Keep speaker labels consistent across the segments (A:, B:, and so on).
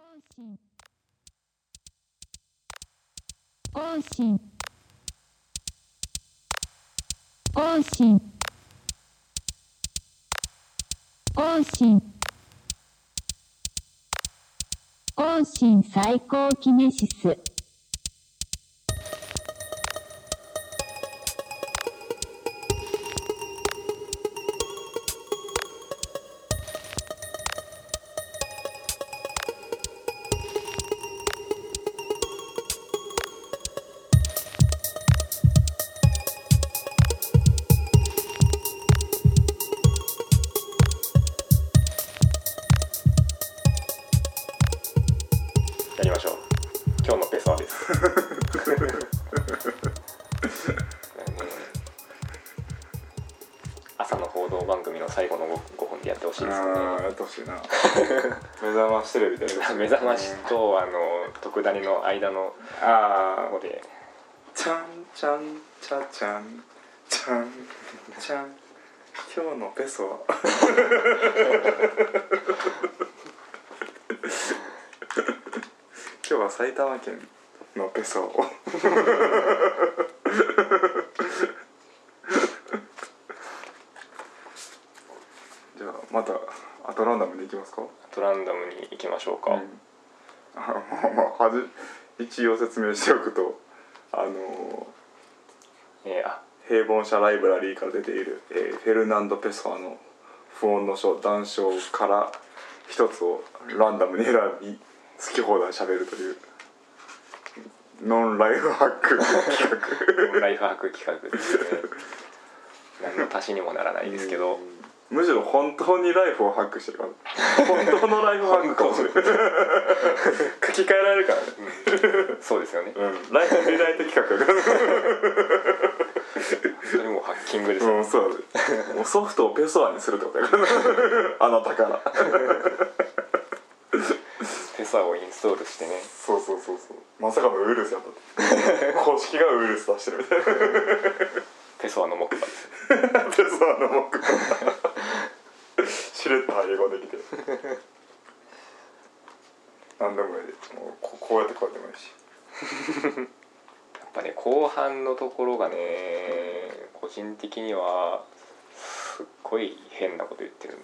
A: 信更新更新更新更新最高キネシス
B: やりましょう今日のペソアです 朝の報道番組の最後の 5, 本でやってほしいです
C: ああ
B: ね
C: やってほしいな 目覚ましテレビで
B: 目覚ましとあの特ダネの間の
C: あ
B: 方で
C: あちゃんちゃんちゃちゃんちゃんちゃん今日のペソは 今日は埼玉県のペソを じゃあまたあとランダムでいきますか
B: アトランダムに行きましょうか、
C: うんあのまあはじ一応説明しておくとあの
B: えーあ
C: 平凡者ライブラリーから出ている、えーフェルナンド・ペソアの「不穏の書」「談笑」から一つをランダムに選び好き放題喋るというノンライフハック企
B: ライフハック企画ですね何の足しにもならない
C: 画
B: ですけど
C: むしろ本当にライフをハックしてるから本当のライフハックかもしれない 書き換えられるからね
B: そうですよね
C: うんライフリライト企画だから
B: それもうハッキングですよ、
C: うん、そうだねもうソフトをペソアにするってことやからあなたから
B: ペソアをインストールしてね
C: そうそうそうそうまさかのウイルスやった公式がウイルス出してるみたいな
B: ペソアの木馬です
C: ペソアの僕がしれっと入り込んできて何でもいいでもうここうやってこうやってもいいし
B: やっぱね後半のところがね個人的にはすっごい変なこと言ってる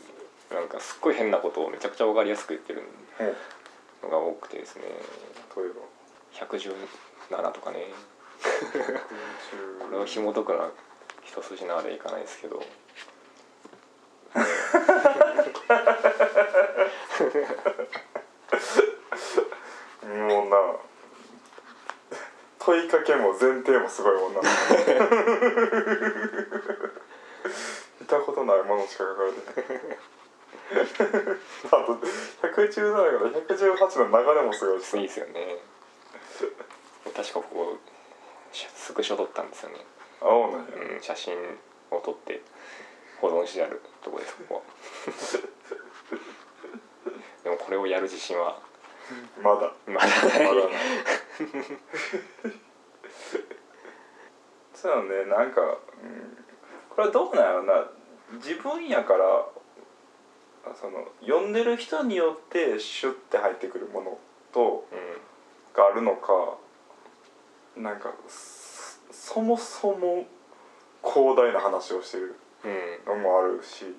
B: なんかすっごい変なことをめちゃくちゃ分かりやすく言ってる
C: はい
B: のが多くてですね
C: 例えば
B: 117とかねこれを紐解くのは一筋縄でいかないですけど
C: もうな問いかけも前提もすごいもんな見たことないものしか書かれてないあと117から118の流れもすごいし
B: いいですよね確かここスクショ撮ったんですよね、
C: 青なんや
B: うん、写真を撮って保存してあるとこですここは でもこれをやる自信は
C: まだ
B: まだな
C: ま
B: い
C: だない そうねなんか、うん、これはどうなんやろな自分やからあその呼んでる人によってシュッて入ってくるものと
B: う
C: があるのかなんかそそもそも広大な話をしてる
B: ん、うん、
C: のもあるし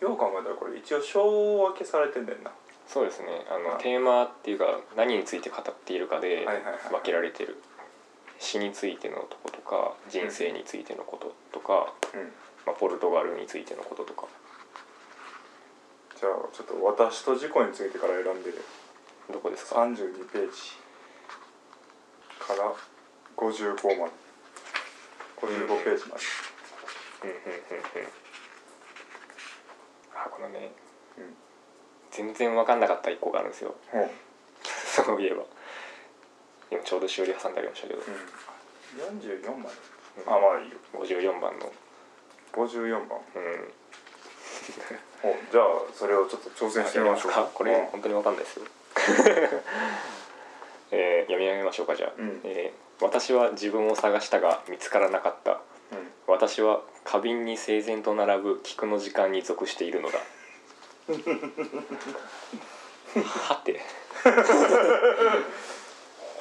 C: よう考えたらこれ一応小分けされてんねんな
B: そうですねあの、
C: うん
B: テーマっていうか何について語っているかで
C: はいはいはい
B: 分けられてる、死についてのとことか人生についてのこととか、
C: うん
B: まあ、ポルトガルについてのこととか
C: じゃあちょっと私と事故についてから選んでる
B: どこですか
C: 32ページから55まで55ページまで、
B: うんうんうんうんあこのね
C: うん
B: 全然分かんなかった一個があるんですよ
C: うん
B: そういえば今ちょうど修理挟んでありましたけど、
C: うん、44まで、
B: うん
C: あまあいいよ
B: 54番の
C: 54番
B: うん
C: おじゃあそれをちょっと挑戦してみましょう
B: あやりますかこれ、
C: うん
B: 本当にわかんないですよ えー読み上げましょうかじゃあ、
C: うん
B: えー私は自分を探したが見つからなかった私は花瓶に整然と並ぶ菊の 時間に属しているのだはて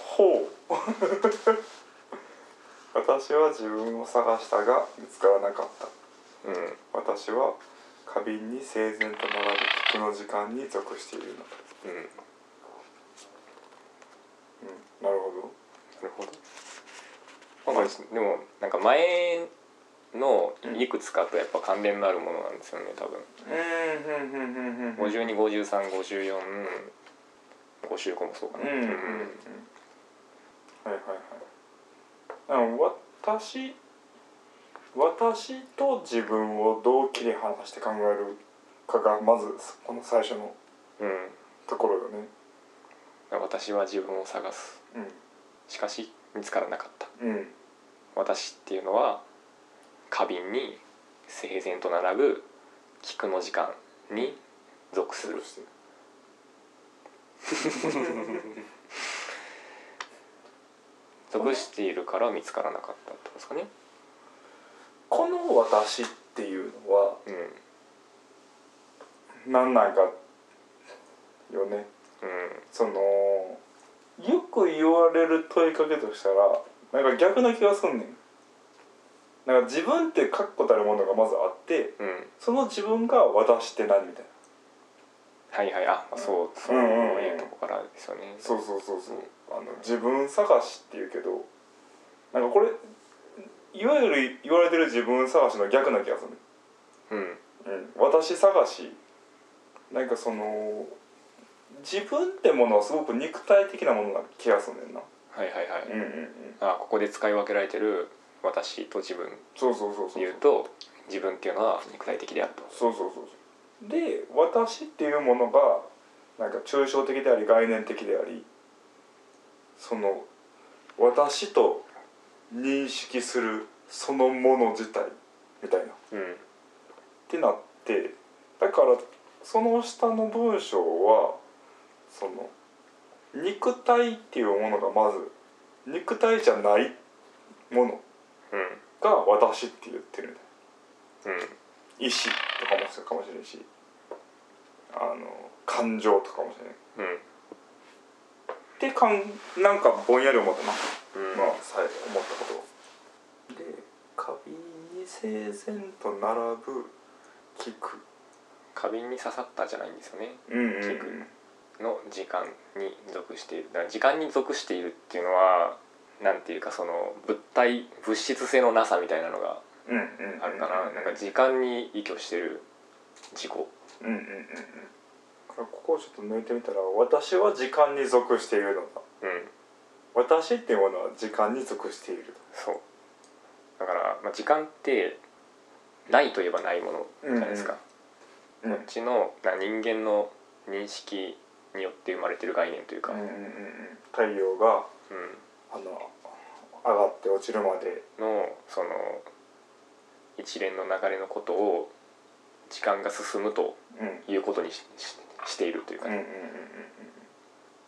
C: ほう 私は自分を探したが見つからなかった
B: うん
C: 私は花瓶に整然と並ぶ菊の時間に属しているのだ、
B: うんなる
C: うん、なるほ
B: ほどなんかでもなんか前のいくつかとやっぱ関連のあるものなんですよね多分
C: どうんうんうんうんうん
B: 52535455もそうか
C: う
B: な、
C: んうんうんはいはいはいあ私私と自分をどう切り離して考えるかがまずこの最初の
B: うん
C: ところだね
B: 私は自分を探すしかし見つからなかった
C: うんうん
B: 私っていうのは花瓶に整然と並ぶ菊の時間に属する
C: して
B: 属しているから見つからなかったってことですかね
C: この私っていうのは
B: うんうん
C: 何なんかよねそのよく言われる問いかけとしたらなんか逆な気がすんねんなんか自分って確固たるものがまずあって
B: うん
C: その自分が私って何みたいな
B: はいはいあ、まあ、そうそう
C: うんうんうん
B: いうとこからですよね
C: そうそうそうそうあの自分探しっていうけどなんかこれいわゆる言われてる自分探しの逆な気がする
B: う
C: ねん
B: ん
C: うん、私探しなんかその自分ってものはすごく肉体的なものな気がすんねんな、
B: はいはいはい、
C: んうんうん、
B: あここで使い分けられてる私と自分
C: そうそうそうそう
B: 言うと自分っていうのは肉体的であると
C: そうそうそうそうで私っていうものがなんか抽象的であり概念的でありその私と認識するそのもの自体みたいなっ
B: うん
C: てなってだからその下の文章はその肉体っていうものがまず肉体じゃないもの
B: うん
C: が私って言ってるみたいな
B: うん
C: 意志とかもそうかもしれんしあの感情とかもしれない
B: うん
C: ってかんなんかぼんやり思ったな、
B: うん
C: まあさえ思ったことで花瓶に整然と並ぶ菊
B: 花瓶に刺さったじゃないんですよね
C: うんうん
B: 菊の時間に属しているだから時間に属しているっていうのはなんていうかその物体物質性のなさみたいなのが
C: うんうんうん
B: あるかな,、なんか時間に依拠してる自己
C: うんうんうんうんこれここをちょっと抜いてみたら私は時間に属しているのだ
B: うん
C: 私っていうものは時間に属している
B: そうだから、まあ、時間ってないといえばないものじゃないですか、
C: とうん
B: うちのな人間の認識によって生まれてる概念というか、
C: うんうんうんうん太陽が
B: うん
C: あの上がって落ちるまで
B: のその一連の流れのことを時間が進むと
C: うんうん
B: いうことにしししているというか、
C: うん
B: ね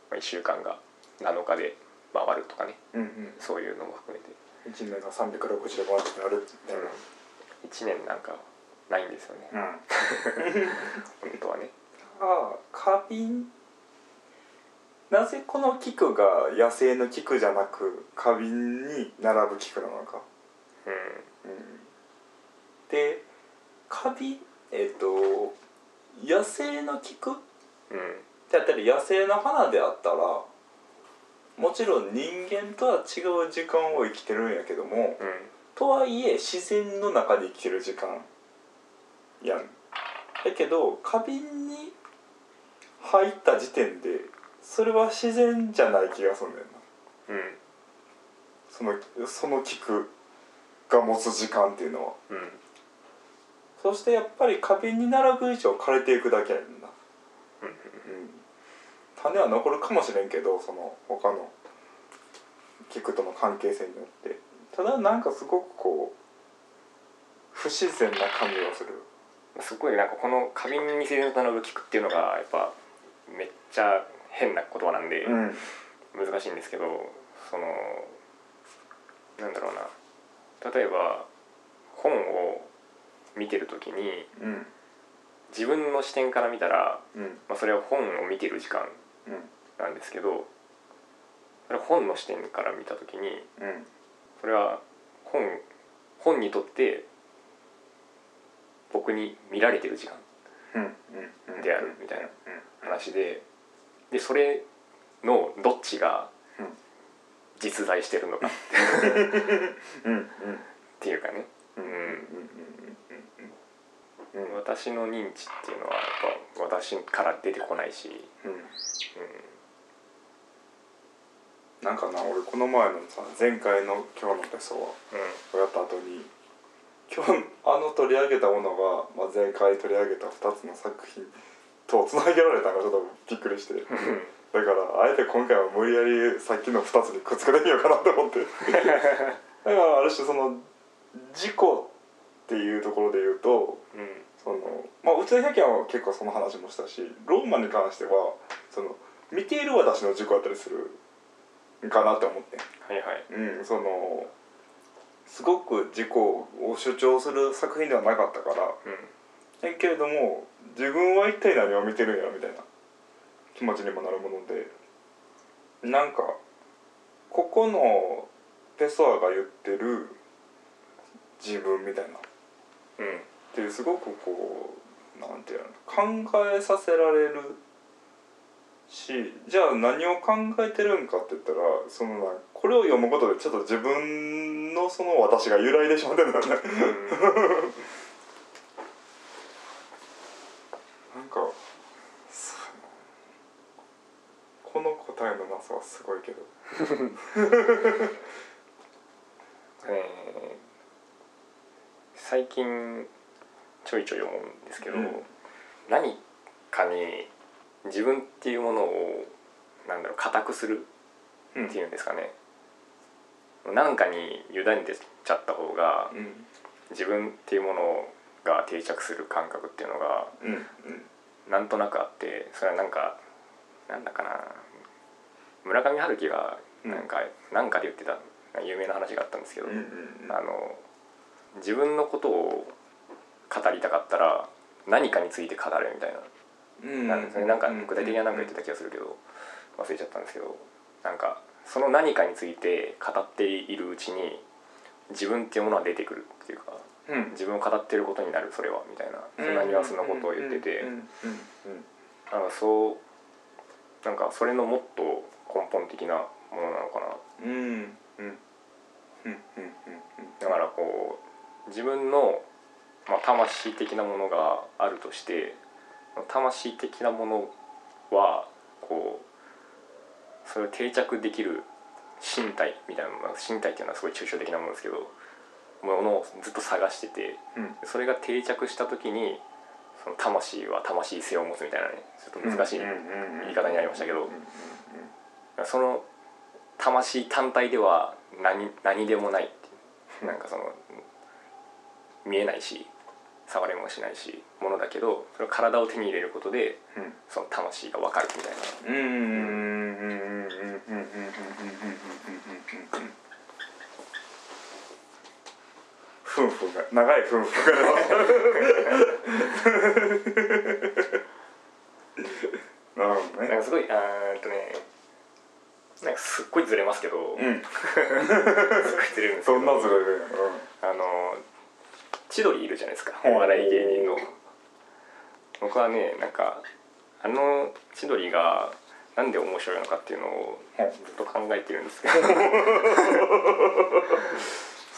B: まあ、1週間が7日で回るとかね
C: うんうん
B: そういうのも含めて、
C: 一年が365日で回るみたい
B: 1年なんかないんですよね、
C: なうん
B: 本当はね
C: ああ花瓶なぜこの菊が野生の菊じゃなく花瓶に並ぶ菊なのか、
B: うん
C: で花瓶えっと野生の菊
B: うん
C: だったり野生の花であったらもちろん人間とは違う時間を生きてるんやけども
B: うん
C: とはいえ自然の中で生きてる時間やんだけど花瓶に入った時点でそれは自然じゃない気がするんだよな
B: うん
C: そのその菊が持つ時間っていうのは
B: うん
C: そしてやっぱり花瓶に並ぶ以上枯れていくだけやんな
B: うん
C: うん種は残るかもしれんけどその他の菊との関係性によってただなんかすごくこう不自然な感じがする
B: すごいなんかこの花瓶に整然と並ぶ菊っていうのがやっぱめっちゃ変な言葉なんで
C: うん
B: 難しいんですけど、そのなんだろうな例えば本を見てる時に
C: うん
B: 自分の視点から見たら、
C: うん
B: まあ、それは本を見てる時間
C: うん
B: なんですけどそれ本の視点から見た時に
C: うん
B: それは本本にとって僕に見られてる時間
C: うんうん
B: であるみたいな
C: う
B: 話ででそれのどっちが
C: うん
B: 実在してるのかっ
C: んうん
B: ていうかね、
C: うんうんうんうんうんうんうんうん
B: 私の認知っていうのはやっぱ私から出てこないし、
C: うんなんかな俺この前のさ前回の今日のペソは
B: うんうん、
C: をやった後に今日あの取り上げたものが、まあ、前回取り上げた2つの作品とつなげられたのがちょっとびっくりしてだからあえて今回は無理やりさっきの2つにくっつけてみようかなと思ってだからある種その事故っていうところで言うと
B: うん
C: そのまあ宇宙百景は結構その話もしたしローマに関してはその見ている私の事故だったりするかなって思って
B: はいはい
C: うん、そのすごく自己を主張する作品ではなかったから
B: うん
C: えけれども自分は一体何を見てるんやろみたいな気持ちにもなるものでなんかここのペソアが言ってる自分みたいなっ
B: うん
C: ていうすごくこうなんていうの考えさせられるしじゃあ何を考えてるんかって言ったらそのなこれを読むことでちょっと自分のその私が揺らいでしまってるんだよね。なんかそのこの答えのなさはすごいけど
B: えー最近ちょいちょい読むんですけど、
C: うん
B: 何かに自分っていうものをなんだろう固くする
C: うん
B: っていうんですかね、何かに委ねてちゃった方が
C: うん
B: 自分っていうものが定着する感覚っていうのが
C: うん
B: なんとなくあってそれはなんかなんだかな村上春樹がなんか、なんかで言ってた有名な話があったんですけど、
C: うんうん
B: あの自分のことを語りたかったら何かについて語れみたいな,、
C: うん
B: なんですねなんか
C: うん
B: 具体的ななんか言ってた気がするけど忘れちゃったんですけどなんかその何かについて語っているうちに自分っていうものは出てくるっていうか
C: うん
B: 自分を語ってることになるそれはみたいなそんなニュアンスのことを言ってて
C: うんうん
B: なんかそうなんかそれのもっと根本的なものなのかな
C: うんうんうんうんうん
B: だからこう自分の、まあ、魂的なものがあるとして魂的なものはこうそれを定着できる身体みたいな、まあ身体っていうのはすごい抽象的なものですけどものをずっと探してて
C: うん
B: それが定着した時にその魂は魂性を持つみたいなねちょっと難しい言い方になりましたけどその魂単体では何何でもないっていうなんかその見えないし触れもしないしものだけどそれを体を手に入れることでその魂が分かるみたいな
C: うんうんうんうんうんうんうんうんうんうんうんうんうんうんうん夫婦が長い夫婦がなるほど
B: なん
C: ね
B: かすごいあーっとねなんかすっごいずれますけど、すっ
C: うん
B: ごいずれるんですけ
C: そ
B: ど
C: んなずれる
B: あの千鳥いるじゃないですか
C: うん
B: お笑い芸人の僕はねなんかあの千鳥がなんで面白いのかっていうのをずっと考えてるんですけど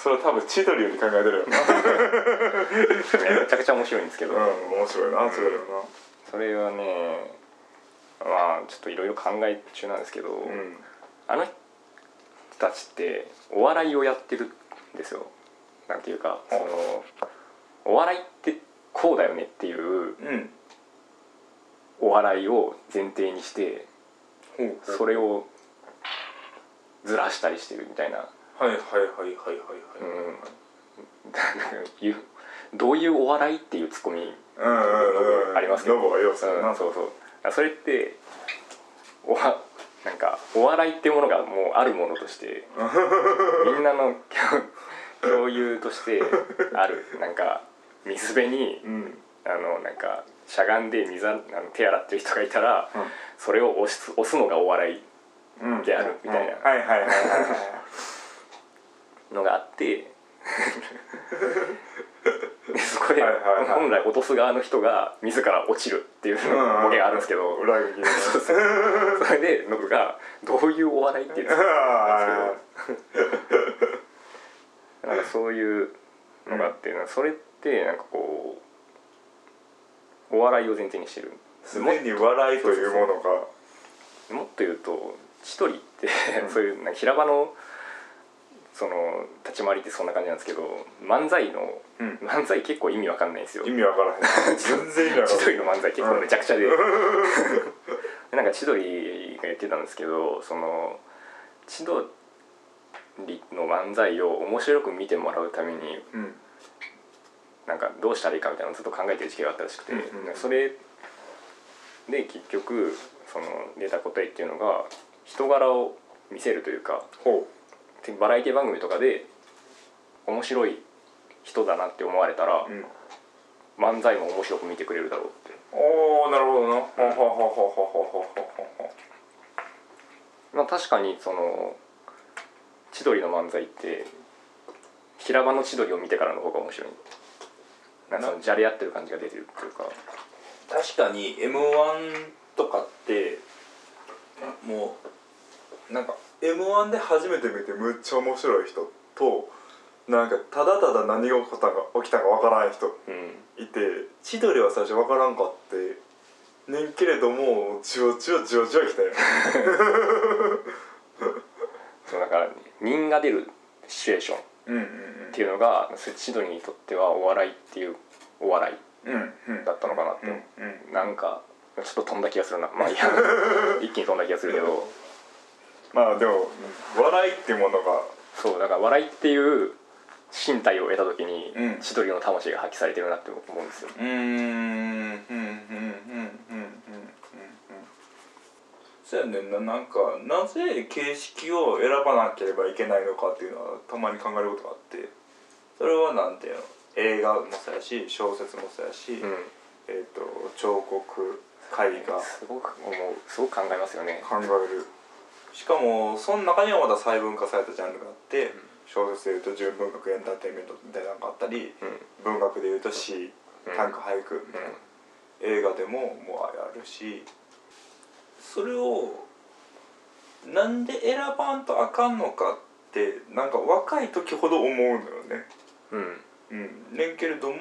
C: それは多分千鳥より考えてるよな
B: めちゃくちゃ面白いんですけど、
C: うん面白いな千鳥よ
B: それはねまあちょっといろいろ考え中なんですけど、
C: な
B: あの人たちってお笑いをやってるんですよなんていうかそのお笑いってこうだよねっていう
C: うん
B: お笑いを前提にして
C: ほう
B: それをずらしたりしてるみたいな、
C: はいはいはいはいはい
B: うん
C: は
B: な
C: い、
B: んかいうどういうお笑いっていうツッコミ
C: うんうん
B: ありますけど
C: ノボが要素や
B: う、
C: なん
B: そうそうあそれっておはなんかお笑いっていうものがもうあるものとして みんなの共共有としてあるなんか水辺に
C: うん
B: あのなんかしゃがんで水あの手洗ってる人がいたら、
C: うん
B: それを押し押すのがお笑い
C: うん
B: ギャルみたいな
C: うんはいはいはいはいはい
B: のがあ ってでそこで
C: はいはいはい
B: 本来落とす側の人が自ら落ちるっていう
C: うんうん
B: ボケがあるんですけど、
C: 裏切りの
B: それでノブが「どういうお笑い?」って言って
C: あ
B: たなんかそういうのがあって、なんかそれってなんかこうお笑いを前提にしてる
C: ー常に笑いというものが
B: もっと言うと千鳥って、
C: うん
B: そういうなんか平場のその立ち回りってそんな感じなんですけど漫才の、
C: うん
B: 漫才結構意味わかんないんですよ
C: 意味わからへん全然意味 わ
B: 千
C: からへ
B: 鳥
C: ん
B: の漫才結構めちゃくちゃで、なんか千鳥が言ってたんですけどその千鳥の漫才を面白く見てもらうために
C: うん
B: なんかどうしたらいいかみたいなのをずっと考えてる時期があったらしくて、
C: うんうんうん
B: それで結局その出た答えっていうのが人柄を見せるというか
C: ほ
B: バラエティ番組とかで面白い人だなって思われたら
C: う、うん、
B: 漫才も面白く見てくれるだろうって
C: おおなるほどなほうほうほうほうほうほうほうほうほ
B: まあ、確かにその千鳥の漫才って平場の千鳥を見てからの方が面白いなんかそのじゃれ合ってる感じが出てるっていうか
D: う確かに m 1とかってもうなんか
C: う m 1で初めて見てむっちゃ面白い人となんかただただ何が起こったか起きたかわからない人
B: うん
C: いて千鳥は最初わからんかってねんけれどもじわじわじわじわ来たよ
B: そうだから人が出るシチュエーションっ
C: うんうん
B: ていうのが千鳥にとってはお笑いっていうお笑
C: うんうん
B: いだったのかなって、
C: うんうん
B: なんかちょっと飛んだ気がするなまあいいや一気に飛んだ気がするけど
C: まあでも笑いってものが
B: そうだから笑いっていう身体を得た時に
C: うん
B: 千鳥の魂が発揮されてるなって思うんですよ
C: うーんうんうんうんうんうんそうやねんななんかなぜ形式を選ばなければいけないのかっていうのはたまに考えることがあってそれはなんていうの映画もそうやし小説もそうやし、
B: うん
C: えっ、と彫刻絵画
B: すごく思うすごく考えますよね
C: 考えるしかもその中にはまだ細分化されたジャンルがあって、小説でいうと純文学エンターテインメントみたいなのがあったり、
B: うん
C: 文学でいうと詩
B: うん
C: 短歌俳句みたいな、映画でももうあるしそれをなんで選ばんとあかんのかってなんか若い時ほど思うのよね。
B: うん
C: うん、ねんけれども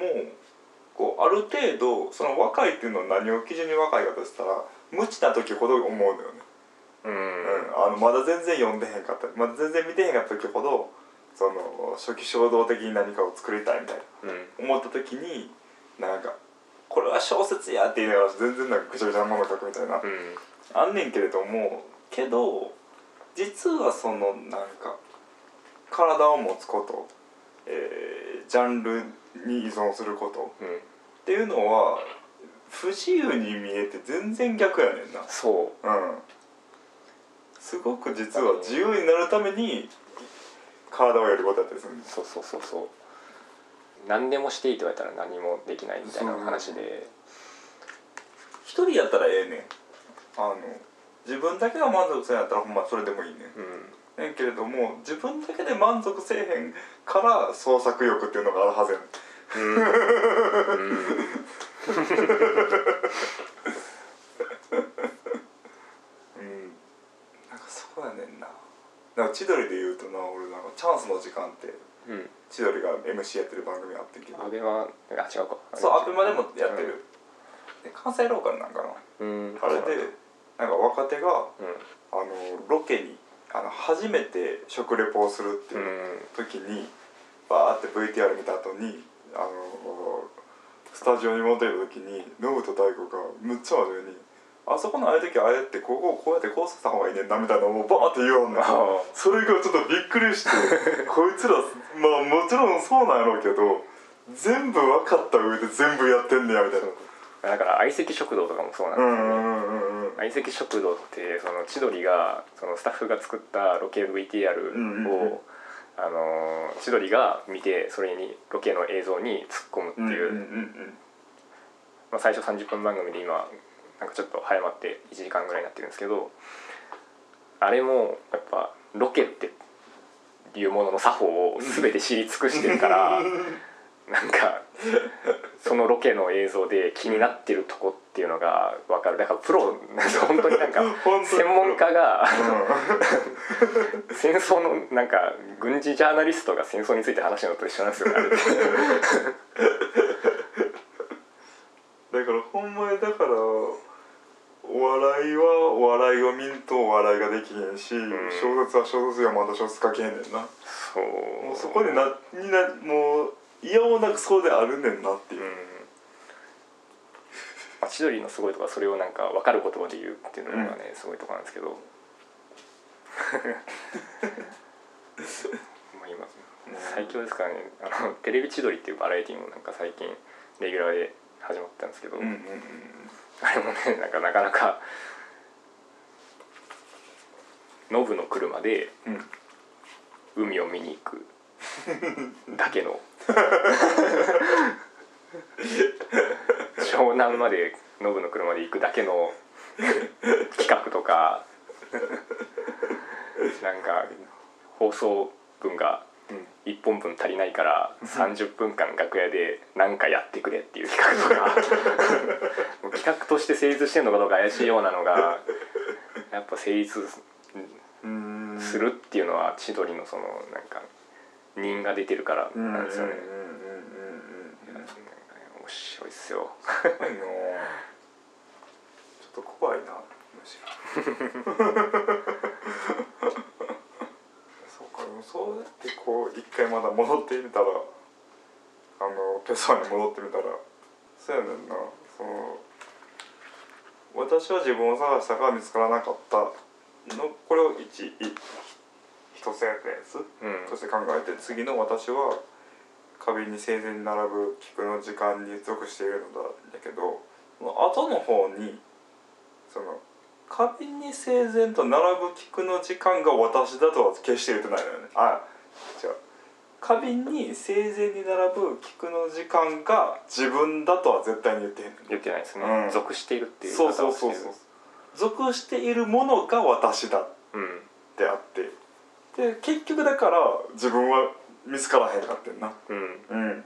C: こうある程度その若いっていうのは何を基準に若いかとしたら無知な時ほど思うのよね。
B: うん
C: うん、あのまだ全然読んでへんかったまだ全然見てへんかった時ほどその初期衝動的に何かを作りたいみたいな
B: うん
C: 思った時になんか「これは小説や」って言いながら全然なんかぐちゃぐちゃなもの書くみたいな、
B: うん
C: あんねんけれどもけど実はそのなんか体を持つこと、えージャンルに依存すること
B: うん
C: っていうのは不自由に見えて全然逆やねんな。
B: そ
C: うんすごく実は自由になるために体をやることだったりするんで
B: う
C: す
B: そうそうそうそう何でもしていいと言われたら何もできないみたいな話で
C: 一人やったらええねんあの自分だけが満足せんやったらほんまそれでもいいね
B: うん
C: んねんけれども自分だけで満足せえへんから創作欲っていうのがあるはずやねんうんなんかそこやねんななんか千鳥で言うとな俺なんかチャンスの時間って
B: うんうん
C: 千鳥が MC やってる番組あってんけど
B: 阿部はあ違うか
C: そうアベマでもやってる、で関西ローカルなんかな
B: うん
C: あれでなんか若手が
B: うん
C: あのロケにあの初めて食レポをするって
B: う
C: いうん時にバーって VTR 見た後にあのスタジオに戻れた時にノブと大悟がむっちゃ真面目に「あそこのああいう時あれってこうこうこうやってこうさせた方がいいねんな」みたいなのをバーって言わんの
B: ああ
C: それがちょっとびっくりしてこいつらまあもちろんそうなんやろうけど全部分かった上で全部やってんねやみたいな。
B: だから相席食堂とかもそうなん
C: う
B: です
C: んう
B: よね
C: んうんうん
B: 相席食堂ってその千鳥がそのスタッフが作ったロケ VTR を、
C: うんうんうん
B: あのー千鳥が見てそれにロケの映像に突っ込むって
C: うんうん
B: いう、
C: うん
B: まあ、最初30分番組で今なんかちょっと早まって1時間ぐらいになってるんですけどあれもやっぱロケっていうものの作法を全て知り尽くしてるから なんかそのロケの映像で気になってるとこっていうのが分かるだからプロ 本当になんか
C: 本当に
B: 専門家が 戦争のなんか軍事ジャーナリストが戦争について話してるのと一緒なんですよねあれ って
C: だからほんまにだからお笑いはお笑いを見んとお笑いができへんし、小説は小説はまた小説書けへんねんな
B: そう
C: もうそこでなみんなもういやもなくそうであるねんなっていう
B: うん、まあ、千鳥のすごいとかそれをなんか分かる言葉で言うっていうのがね、すごいとこなんですけどもう今最強ですからねあのテレビ千鳥っていうバラエティーもなんか最近レギュラーで始まったんですけど、
C: うんうん
B: あれもねなんかなかなかノブの車で
C: うんうん
B: 海を見に行くだけの湘南までノブの車で行くだけの企画とかなんか放送分が1本分足りないから30分間楽屋で何かやってくれっていう企画とかもう企画として成立してるのかどうか怪しいようなのがやっぱ成立
C: うん
B: するっていうのは千鳥のそのなんか人が出てるから
C: うんうんうんうん
B: なん
C: うん
B: ですよね。
C: うん
B: なんかね面白いっすよ。
C: 怖いなちょっと怖いなむしろ そうかでもそうやってこう一回まだ戻ってみたらあのペソアに戻ってみたらそうやねんなその私は自分を探したから見つからなかったのこれを一一一つやったやつ
B: うん
C: として考えて次の私は壁に整然に並ぶ菊の時間に属しているのだだけどその後の方にその壁に整然と並ぶ菊の時間が私だとは決して言ってないのよねあ違う花瓶に整然に並ぶ菊の時間が自分だとは絶対に言ってへんのよ
B: 言ってないですね、
C: うん
B: 属しているっていう
C: そうそう
B: をして
C: そ
B: る
C: うそう属しているものが私だ
B: うん
C: ってあってで結局だから自分は見つからへんかってんな
B: うん
C: うん、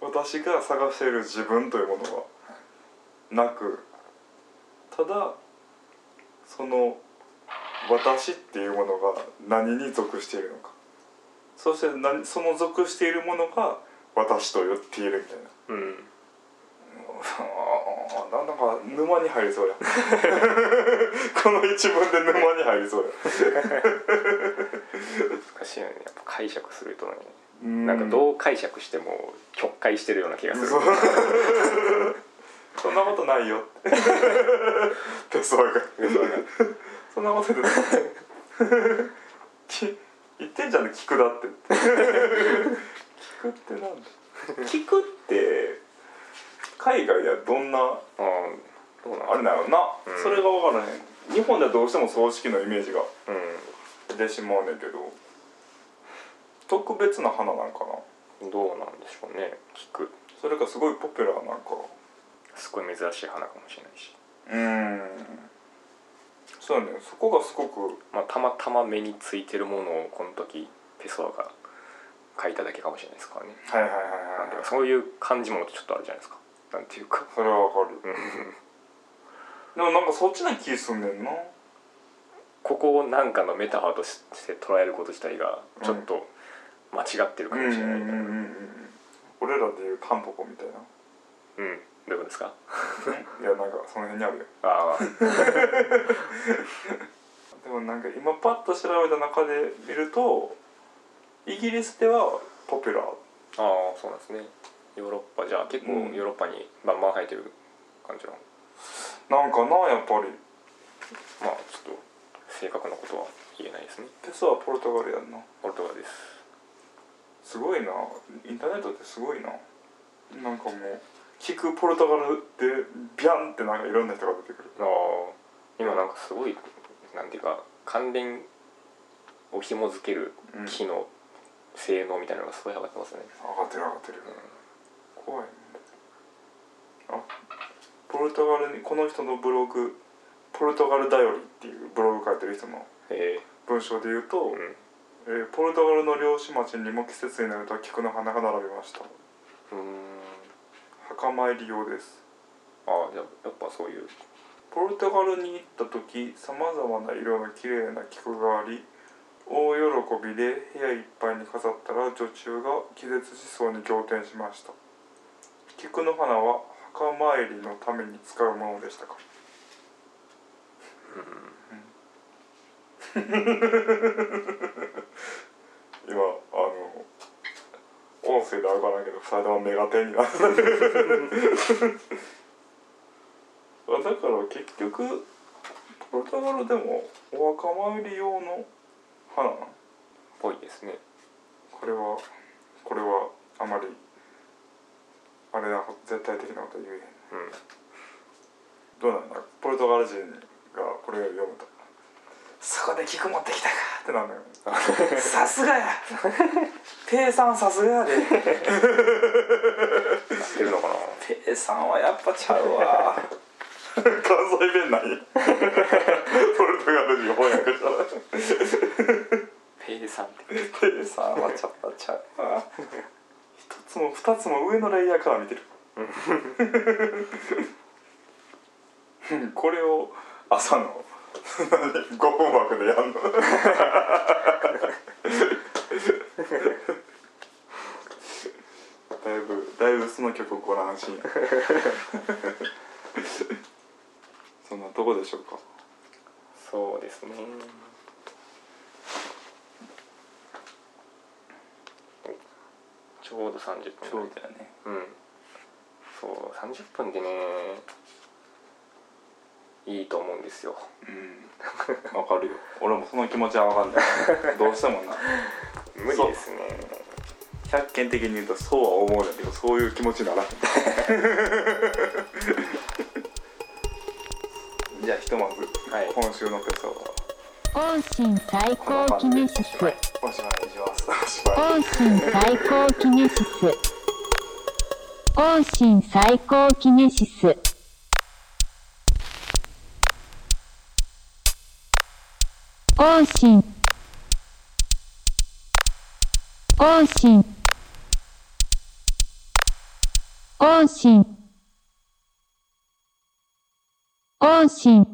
C: 私が探している自分というものはなくただその私っていうものが何に属しているのかそして何その属しているものが私と言っているみたいな
B: うん
C: あーなんか沼に入りそうや この一文で沼に入りそうや
B: 難しいよねやっぱ解釈するとね、
C: うん
B: なんかどう解釈しても曲解してるような気がする、
C: そう そんなことないよ ってペソアがそんなことない き言ってんじゃんね菊だって菊ってなんだ菊って海外ではどんな
B: あーどうなの
C: あれなのな、
B: うん
C: それが分からへん日本ではどうしても葬式のイメージが
B: うん
C: 出てしまうねんけど特別な花なんかな
B: どうなんでしょうね聞く
C: それかすごいポピュラーなんか
B: すごい珍しい花かもしれないし
C: うーんそうねそこがすごく
B: まあたまたま目についてるものをこの時ペソアが書いただけかもしれないですからね
C: はいはいは
B: なんていうかそういう感じものってちょっとあるじゃないですかなんていうか
C: それはわかるでもなんかそっちな気すんねんな
B: ここをなんかのメタファーとして捉えること自体がちょっと間違ってるかもしれないみたいなうん
C: 俺らでいうタンポポみ たいな
B: どういうことですか
C: いやなんかその辺にあるよ
B: ああ
C: でもなんか今パッと調べた中で見るとイギリスではポピュラー
B: ああそうなんですねヨーロッパじゃあ結構ヨ
C: うん
B: ーロッパにバンバン生えてる感じの、
C: なんかなやっぱり
B: まあちょっと正確なことは言えないですね
C: ペソはポルトガルやんな
B: ポルトガルです
C: すごいなインターネットってすごいななんかもう聞くポルトガルでビャンってなんかいろんな人が出てくる
B: ああ今なんかすごいなんていうか関連を紐づける
C: うん
B: 機能、性能みたいなのがすごい上がってますね
C: 上がってる上がってる怖いねあポルトガルにこの人のブログ「ポルトガル頼り」っていうブログ書いてる人の
B: え
C: 文章で言うと、
B: ーうん
C: えーポルトガルの漁師町にも季節になると菊の花が並びました
B: うーん
C: 墓参り用です
B: ああじゃあやっぱそういう
C: ポルトガルに行った時さまざまな色の綺麗な菊があり大喜びで部屋いっぱいに飾ったら女中が気絶しそうに仰天しました菊の花は墓参りのために使うものでしたか 今あの音声では分からんけど2人とも目が点になってるあだから結局ポルトガルでもお墓参り用の花なん
B: ぽいですね
C: これはこれはあまりあれなこと絶対的なことは言えへん
B: うん
C: どうなんだポルトガル人がこれを読むとそこで菊持ってきたかって なんだよさす がやペイさんさすがやで
B: やってるのかな
D: ペイさんはやっぱちゃうわ
C: 関西弁ない ポルトガル人翻訳したら
B: ペイさんって
C: ペイさん
D: あまあちょっとちゃうわ
C: 一つも二つも上のレイヤーから見てるこれを朝の5分枠でやんのだいぶだいぶその曲ご覧しそんなとこでしょうか
B: そうですねおちょうど30分
D: そうだよね
B: うんそう30分でねいいと思うんですよ
C: うんわかるよ俺もその気持ちはわかんないどうしてもな
B: 無理ですね
C: 百見的に言うとそうは思うんだけどそういう気持ちにならへん じゃあひとまず、
B: はい
C: 今週のペソは
A: 更新最高キネシス。
C: おしまいにしますおしまい
A: 更新最高キネシス。更新最高キネシス。更新。更新。更新。更新。